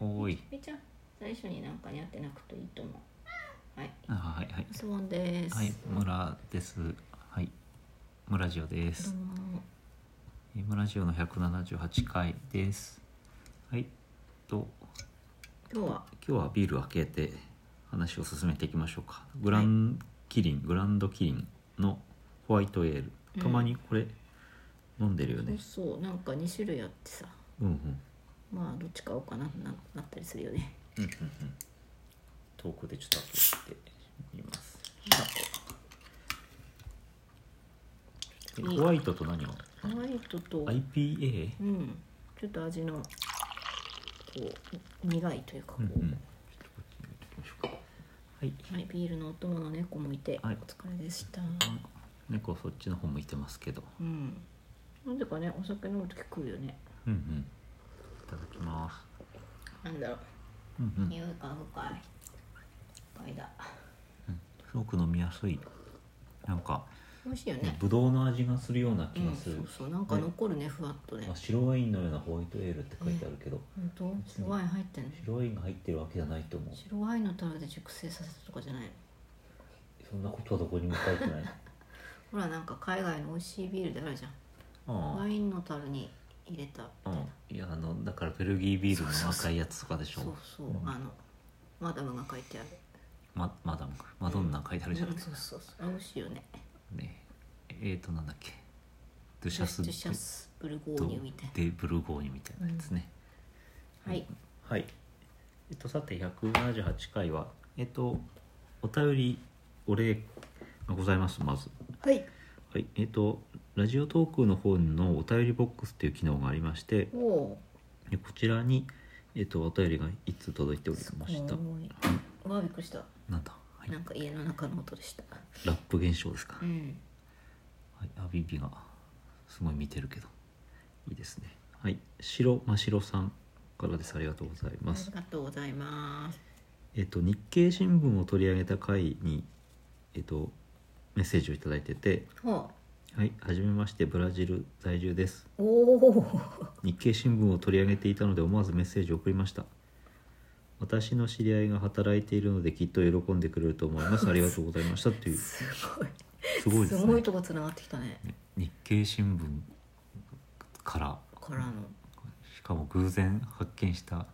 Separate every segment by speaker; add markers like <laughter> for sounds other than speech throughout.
Speaker 1: おーい
Speaker 2: みーちゃん最初になんかやってなくていいと思うはい
Speaker 1: あはいはい
Speaker 2: 質問です、
Speaker 1: はい村ですはい村ジオで
Speaker 2: どう
Speaker 1: す
Speaker 2: も
Speaker 1: えー村ジオの178回ですはいと
Speaker 2: 今日は
Speaker 1: 今日はビールを開けて話を進めていきましょうかグランキリン、グランドキリンのホワイトエール
Speaker 2: うん
Speaker 1: たまにこれ飲んでるよ
Speaker 2: そう
Speaker 1: ね、
Speaker 2: そうなんか2種類あってさ
Speaker 1: うん、うん
Speaker 2: まあどっち買おうかなななったりするよね
Speaker 1: うんうんうん遠くでちょっと開けてみますえ
Speaker 2: いい
Speaker 1: ホワイトと何を
Speaker 2: ホワイトと
Speaker 1: IPA?
Speaker 2: うんちょっと味のこう苦いというかこ
Speaker 1: う
Speaker 2: う、
Speaker 1: んうんちょっとこっちに置いておきましょうかはい
Speaker 2: はい、ビールのお供の猫もいて、
Speaker 1: はい
Speaker 2: お疲れでした。
Speaker 1: 猫そっちの方向いてますけど
Speaker 2: うん。なんでかね、お酒飲むとき食うよね。
Speaker 1: うんうんいただきます
Speaker 2: なんだろう。
Speaker 1: うんうん
Speaker 2: 匂いが深い。深いだ。
Speaker 1: すごく飲みやすいなんか
Speaker 2: 美味しいよね。
Speaker 1: ぶどうの味がするような
Speaker 2: う
Speaker 1: 気
Speaker 2: ん、
Speaker 1: がす
Speaker 2: そ
Speaker 1: る、
Speaker 2: うそう、なんか残るね、ふわっとね
Speaker 1: あ。白ワインのようなホワイトエールって書いてあるけど、
Speaker 2: 本当、白ワイン入ってんの。
Speaker 1: 白ワインが入ってるわけじゃないと思う
Speaker 2: 白ワインの樽で熟成させたとかじゃないの。
Speaker 1: そんなことはどこにも書いてない
Speaker 2: <laughs> ほら、なんか海外の美味しいビールであるじゃん。
Speaker 1: あ
Speaker 2: ワインの樽に入れた。
Speaker 1: あ、うん、いやあのだからベルギービールの赤いやつとかでしょ
Speaker 2: そうそう、あの。マダムが書いてある。
Speaker 1: まマダムマドンナ書いてあるじゃ
Speaker 2: うんん、そうそうそう。あ美味しいよね。
Speaker 1: ねえっ、となんだっけドゥシャス
Speaker 2: ドゥシャスブルゴーニュみたいな。
Speaker 1: でブルゴーニュみたいなやつね、
Speaker 2: はい。
Speaker 1: はい。えっと、さて、178回は、えっと、お便り、お礼がございます、まず。
Speaker 2: はい。
Speaker 1: はい。えっと、ラジオトークの方のお便りボックスという機能がありまして、
Speaker 2: おお
Speaker 1: でこちらに、えっと、お便りが1通届いておりました。
Speaker 2: うわびっくりした、
Speaker 1: なんだ、はい
Speaker 2: な、んか家の中の音でした
Speaker 1: ラップ現象ですか。
Speaker 2: うん
Speaker 1: はい、あ、ビビが、すごい見てるけど、いいですね。はい。白真白さんからです。ありがとうござい
Speaker 2: あ
Speaker 1: ます
Speaker 2: り。がとうございます
Speaker 1: えっと、日経新聞を取り上げた回に、えっと、メッセージを頂いただいてて
Speaker 2: ほ
Speaker 1: 「はいはじめましてブラジル在住です
Speaker 2: うおお
Speaker 1: 日経新聞を取り上げていたので思わずメッセージを送りました私の知り合いが働いているのできっと喜んでくれると思いますありがとうございました」というす
Speaker 2: すごい
Speaker 1: ごい <laughs> ですね
Speaker 2: とこつながってきたね
Speaker 1: 日経新聞から
Speaker 2: からの
Speaker 1: しかも偶然発見した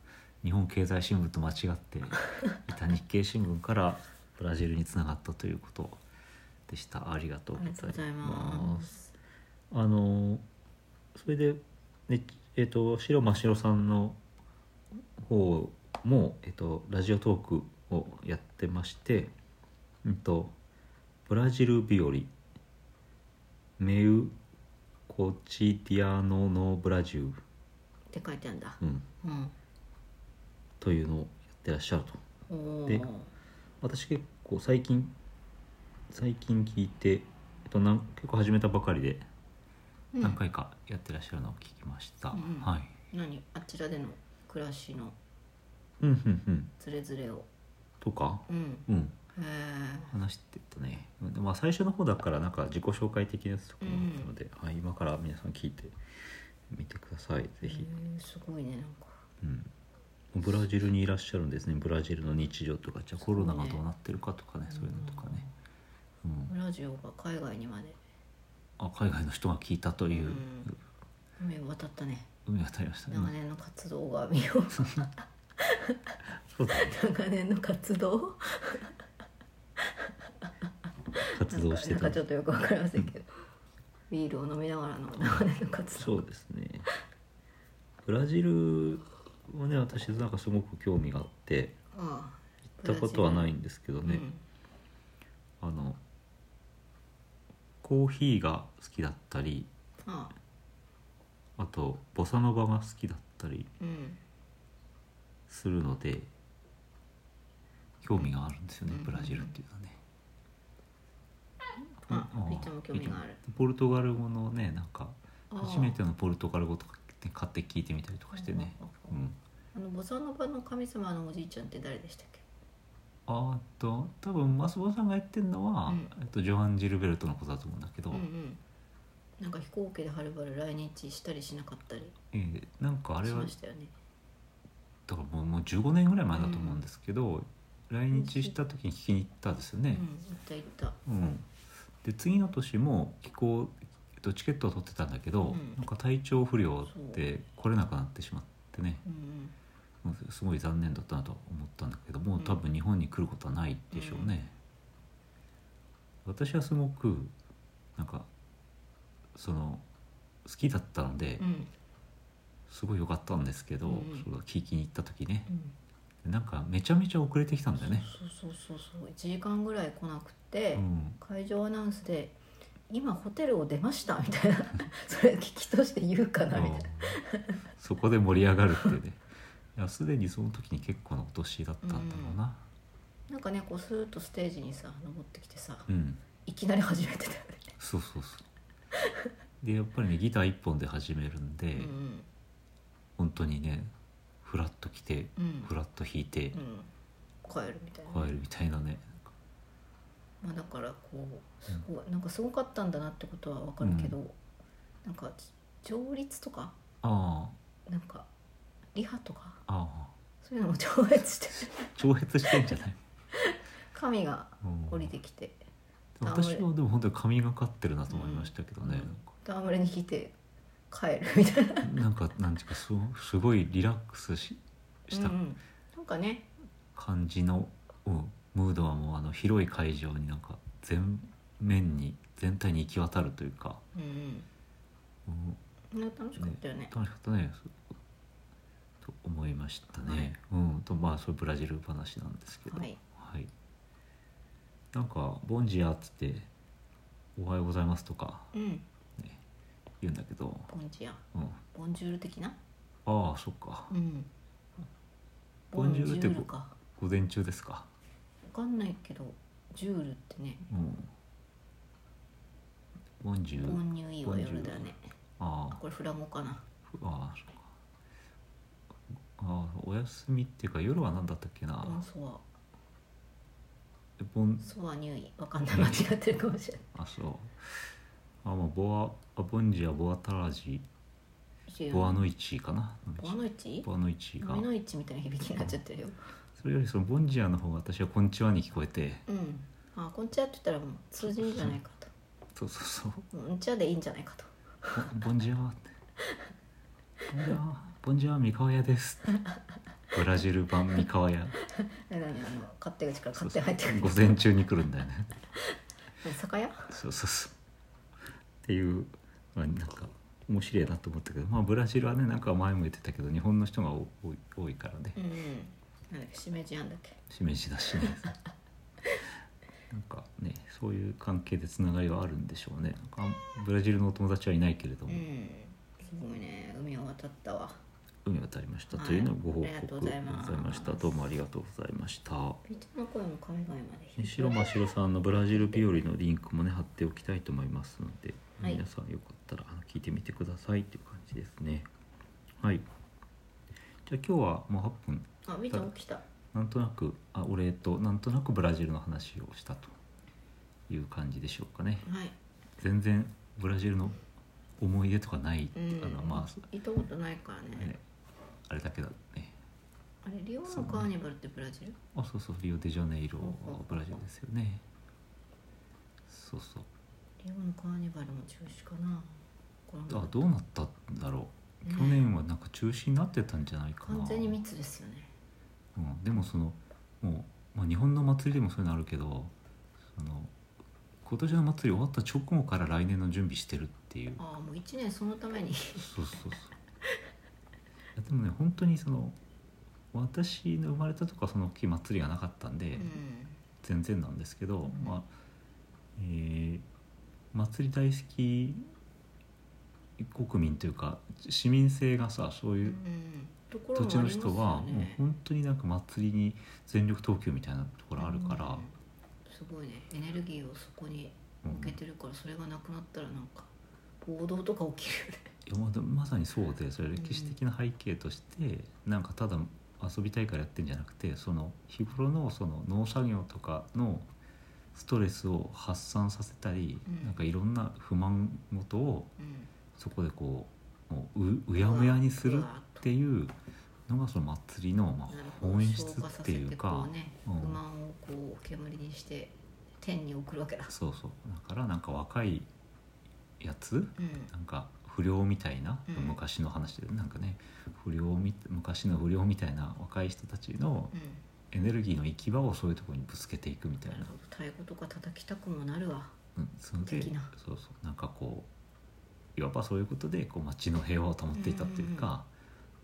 Speaker 1: 日本経済新聞と間違 <laughs> っていた日経新聞からブラジルにつながったということでしたありがとう
Speaker 2: ありがとうご
Speaker 1: ござ
Speaker 2: ざ
Speaker 1: い
Speaker 2: い
Speaker 1: ま
Speaker 2: ますす
Speaker 1: あのそれで、ねえっと白真白さんの方も、えっとラジオトークをやってまして、うんと「ブラジル日和メウコチディアノのブラジル」
Speaker 2: って書いてあるんだ
Speaker 1: うん、
Speaker 2: うん
Speaker 1: というのをやってらっしゃると
Speaker 2: おお
Speaker 1: で私結構最近最近聞いて、えっと、なん結構始めたばかりで
Speaker 2: うん
Speaker 1: 何回かやってらっしゃるのを聞きました、
Speaker 2: うんうん
Speaker 1: はい
Speaker 2: 何あちらでの暮らしの
Speaker 1: うんうんうん
Speaker 2: ズレズレを
Speaker 1: とか
Speaker 2: うん
Speaker 1: うん
Speaker 2: へえ
Speaker 1: 話してたね、でまあ、最初の方だからなんか自己紹介的なやつとかもあったので、はい、今から皆さん聞いてみてくださいぜひ、
Speaker 2: すごいねなんか
Speaker 1: うんブラジルにいらっしゃるんですねブラジルの日常とかじゃあコロナがどうなってるかとかねそういうのとかね、うん、
Speaker 2: ラジオが海外にまで
Speaker 1: あ海外の人が聞いたという、
Speaker 2: うん海を渡ったね
Speaker 1: 海が当たりましたね、
Speaker 2: 長年の活動が見よう
Speaker 1: そうだね
Speaker 2: <laughs> 長年の活動
Speaker 1: 活動して
Speaker 2: なんかなんか
Speaker 1: た
Speaker 2: ちょっとよくわかりませんけど、ビールを飲みながらの長年の活動
Speaker 1: そうですねブラジルはね私なんかすごく興味があって
Speaker 2: ああ
Speaker 1: 行ったことはないいんですけどね、あのコーヒーが好きだったり
Speaker 2: ああ
Speaker 1: あとボサノバが好きだったり
Speaker 2: うん
Speaker 1: するので興味があるんですよね
Speaker 2: うん
Speaker 1: ブラジルっていうのはね。
Speaker 2: あ
Speaker 1: うん
Speaker 2: みーちゃんも興味がある
Speaker 1: ポルトガル語のねなんか
Speaker 2: ああ
Speaker 1: 初めてのポルトガル語とかね買って聞いてみたりとかしてね。
Speaker 2: う
Speaker 1: うんん、
Speaker 2: あのボサノバの神様のおじいちゃんって誰でしたっけ
Speaker 1: あーっと多分マスボさんがやってるのは、
Speaker 2: うん
Speaker 1: えっと、ジョアン・ジルベルトのことだと思うんだけど、
Speaker 2: うんうんなんか飛行機ではるばる来日したりしなかったり
Speaker 1: えーなんかあれ
Speaker 2: し
Speaker 1: は
Speaker 2: ましたよね
Speaker 1: だからもうもう15年ぐらい前だと思うんですけど、来日した時に聞きに行ったんです
Speaker 2: う
Speaker 1: よ
Speaker 2: ん
Speaker 1: ね
Speaker 2: 行、った行った
Speaker 1: うん、で次の年も気候えっとチケットを取ってたんだけど、
Speaker 2: うん
Speaker 1: なんか体調不良で来れなくなってしまってね
Speaker 2: うんうん
Speaker 1: もうすごい残念だったなと思ったんだけどもう多分日本に来ることはないでしょうね、私はすごくなんかその好きだったので、
Speaker 2: うん
Speaker 1: すごい良かったんですけど、
Speaker 2: うんうん
Speaker 1: その聞きに行った時ね
Speaker 2: うん
Speaker 1: なんかめちゃめちゃ遅れてきたんだよね、
Speaker 2: そうそうそうそう1時間ぐらい来なくて、
Speaker 1: うん、
Speaker 2: 会場アナウンスで「今ホテルを出ました」み
Speaker 1: <laughs>
Speaker 2: たいなそれ聞きとして言うかなみたいな
Speaker 1: うんそこで盛り上がるってねいやすでにその時に結構なお年だったんだろうな
Speaker 2: なんかねこうスーッとステージにさ登ってきてさ
Speaker 1: うん、
Speaker 2: いきなり始めてたよね、
Speaker 1: そうそうそうでやっぱりねギター1本で始めるんで、
Speaker 2: うん
Speaker 1: 本当にねフラッと来て
Speaker 2: うんうん
Speaker 1: フラッと弾いて
Speaker 2: うん帰るみたいな、
Speaker 1: 帰るみたいなね
Speaker 2: まあ、だからこうすごいなんかすごかったんだなってことはわかるけど、なんか調律とか
Speaker 1: あ
Speaker 2: なんかリハとか
Speaker 1: ああ
Speaker 2: そういうのも超越して <laughs>
Speaker 1: あ超越してんじゃない、
Speaker 2: 神が
Speaker 1: うん
Speaker 2: 降りてきて
Speaker 1: 私はでも本当に神がかってるなと思いましたけどね、
Speaker 2: うん戯れに来て帰るみたいな
Speaker 1: なんかなんていうかそうすごいリラックスしした
Speaker 2: うんうんなんかね
Speaker 1: 感じの、うんムードはもうあの広い会場になんか全面に全体に行き渡るというか、
Speaker 2: うん
Speaker 1: うん
Speaker 2: うんね楽しかったよね
Speaker 1: 楽しかったねと思いましたね、うんとまあそれブラジル話なんですけど
Speaker 2: はい、
Speaker 1: はいなんか「ボンジア」っつって「おはようございます」とか
Speaker 2: うん
Speaker 1: 言うんだけど、
Speaker 2: ボンジア
Speaker 1: うん、
Speaker 2: ボンジュール的な
Speaker 1: ああそっか
Speaker 2: うん
Speaker 1: ボンジュールって
Speaker 2: ボンジか
Speaker 1: 午前中ですか、
Speaker 2: わかんないけどジュールってね
Speaker 1: うん、ボンジュ
Speaker 2: ボ
Speaker 1: ー
Speaker 2: ンニューイーは夜だよね
Speaker 1: ああ
Speaker 2: あこれフラゴかな
Speaker 1: ああそうかああお休みっていうか夜は何だったっけな
Speaker 2: ボンソワ
Speaker 1: ボン
Speaker 2: ソワニューイわかんない間違ってるかもしれな
Speaker 1: あそうあまあボアあボンジアボアタラジ
Speaker 2: い
Speaker 1: ボアノイチかな
Speaker 2: ボアノイチ
Speaker 1: ボアノイチが
Speaker 2: ノミノイチみたいな響きになっちゃってるよ
Speaker 1: それよりそのボンジアの方が私はこんにちはに聞こえて
Speaker 2: うんあこんちはって言ったらもう通じるんじゃないかと
Speaker 1: そうそうそう
Speaker 2: うんちはでいいんじゃないかと
Speaker 1: ボボンジアってボンジアボンジア三河屋ですブラジル版三河屋
Speaker 2: え何あの勝手口から勝手に入ってくる
Speaker 1: 午前中に来るんだよね
Speaker 2: 酒屋
Speaker 1: そうそうそう。っていう、まあ、なんか面白いなと思ったけど、まあ、ブラジルはねなんか前も言ってたけど日本の人が多い多いからね
Speaker 2: うんなんだっけしめじやんだっけ
Speaker 1: しめじだしねなんかねそういう関係でつながりはあるんでしょうねなんかあんブラジルのお友達はいないけれど
Speaker 2: う
Speaker 1: も、
Speaker 2: んすごいね海を渡ったわ
Speaker 1: 海渡りました
Speaker 2: はい
Speaker 1: というのをご報
Speaker 2: ありがとう
Speaker 1: 告
Speaker 2: ございます
Speaker 1: ございましたどうもありがとうございました。
Speaker 2: ピーチの声も神々まで
Speaker 1: ね白真白さんのブラジル日和のリンクもね貼っておきたいと思いますので、
Speaker 2: はい
Speaker 1: 皆さんよかったらあの聞いてみてくださいっていう感じですねはいじゃあ今日はもう8分
Speaker 2: あみーちゃん起きた
Speaker 1: なんとなくあお礼となんとなくブラジルの話をしたという感じでしょうかね
Speaker 2: はい、
Speaker 1: 全然ブラジルの思い出とかない、
Speaker 2: うん、
Speaker 1: あのま
Speaker 2: 行ったことないから
Speaker 1: あ、
Speaker 2: ね
Speaker 1: ね、あれだけだね
Speaker 2: あれリオのカーニバルってブラジル
Speaker 1: あそうそうリオデジャネイロはブラジルですよねそうそう
Speaker 2: リオのカーニバルも中止かなこの
Speaker 1: あどうなったんだろう、
Speaker 2: ね
Speaker 1: 去年はなんか中止になってたんじゃないかな
Speaker 2: 完全に密ですよね
Speaker 1: うん、でもそのもう、まあ、日本の祭りでもそういうのあるけどその今年の祭り終わった直後から来年の準備してるっていう
Speaker 2: ああもう一年そのため
Speaker 1: <laughs>
Speaker 2: に
Speaker 1: そうそう
Speaker 2: <laughs>
Speaker 1: そういやでもね本当にその私の生まれたとかその時祭りがなかったんで、
Speaker 2: うん
Speaker 1: 全然なんですけど、
Speaker 2: ん
Speaker 1: まあえー祭り大好き国民というか市民性がさそう
Speaker 2: う
Speaker 1: いうん
Speaker 2: ところもあ
Speaker 1: 土地の
Speaker 2: ります
Speaker 1: 人
Speaker 2: よ
Speaker 1: はもう
Speaker 2: ね
Speaker 1: 本当になんか祭りに全力投球みたいなところあるから、
Speaker 2: うんすごいねエネルギーをそこに
Speaker 1: うん
Speaker 2: 向けてるからそれがなくなったらなんか暴動とか起きるよね
Speaker 1: いやまだまさにそうでそれ歴史的な背景としてなんかただ遊びたいからやってんじゃなくてその日頃のその農作業とかのストレスを発散させたり、
Speaker 2: うん
Speaker 1: なんかいろんな不満事を
Speaker 2: うん
Speaker 1: そこでこうもうううやむやにするっていうのがその祭りの、ま
Speaker 2: なる
Speaker 1: あ、
Speaker 2: ほど
Speaker 1: 応援室っていう
Speaker 2: 消化さ
Speaker 1: か
Speaker 2: せてこう、ね
Speaker 1: うん
Speaker 2: 不満をこう煙にして天に送るわけだ
Speaker 1: そうそうだからなんか若いやつ
Speaker 2: うん
Speaker 1: なんか不良みたいな、
Speaker 2: うん
Speaker 1: 昔の話でなんかね不良み昔の不良みたいな若い人たちの
Speaker 2: う
Speaker 1: エネルギーの行き場をそういうところにぶつけていくみた
Speaker 2: ん
Speaker 1: い
Speaker 2: な
Speaker 1: な
Speaker 2: るほど太鼓とか叩きたくもなるわ
Speaker 1: うん、そので
Speaker 2: 的な
Speaker 1: そうそうなんかこういわばそういうことでこう町の平和を保っていたっていうか、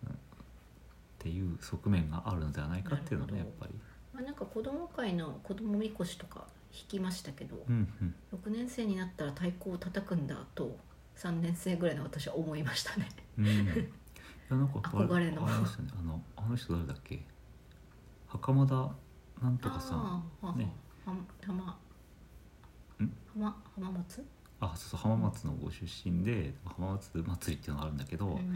Speaker 1: うんっていう側面があるのではないかっていうのも
Speaker 2: な
Speaker 1: や
Speaker 2: る
Speaker 1: っ
Speaker 2: ほ
Speaker 1: ぱり、
Speaker 2: まあ、なんか子供会の子供みこしとか弾きましたけど、
Speaker 1: うんうん、
Speaker 2: 6年生になったら太鼓を叩くんだと3年生ぐらいの私は思いましたね
Speaker 1: うん、いやなんかあ
Speaker 2: 憧れの
Speaker 1: あれですよねあのあの人誰だっけ袴田なんとかさん
Speaker 2: あーあ、
Speaker 1: ね
Speaker 2: は浜浜浜松、
Speaker 1: あそうそう浜松のご出身で浜松祭りっていうのがあるんだけど、
Speaker 2: うん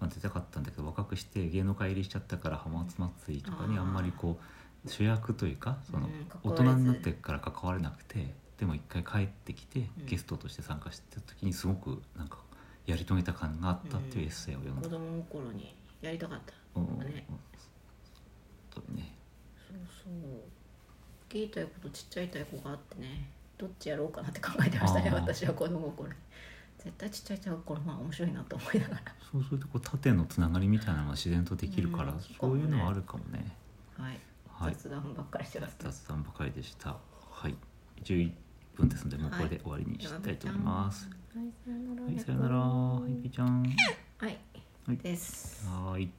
Speaker 1: まあ、出たかったんだけど若くして芸能界入りしちゃったから浜松祭りとかに
Speaker 2: あー
Speaker 1: あんまりこう主役というかその
Speaker 2: うん関
Speaker 1: 大
Speaker 2: わ
Speaker 1: 人
Speaker 2: らず
Speaker 1: になってから関われなくてでも一回帰ってきて
Speaker 2: うん
Speaker 1: ゲストとして参加してた時にすごくなんかやり遂げた感があったっていうエッセイを読ん
Speaker 2: 子
Speaker 1: だ。
Speaker 2: 供心にやりたかった
Speaker 1: うん
Speaker 2: んね
Speaker 1: 本当にね
Speaker 2: そうそう大きい太鼓とちっちゃい太鼓があってねどっちやろうかなって考えてましたね
Speaker 1: あー
Speaker 2: 私は子供心に絶対ちっちゃい太鼓の方が面白いなと思いながら
Speaker 1: そうするとこう縦のつながりみたいなのが自然とできるから、
Speaker 2: うん
Speaker 1: そういうのはあるかもね。
Speaker 2: はい、
Speaker 1: はい
Speaker 2: 雑談ばっかりしてますね
Speaker 1: 雑談ばかりでした。はい、11分ですのでもうこれで終わりにしたいと思います。
Speaker 2: はいさよなら
Speaker 1: はい、さよなら。はい、ピーちゃん。
Speaker 2: はい、
Speaker 1: はい
Speaker 2: です
Speaker 1: はーい。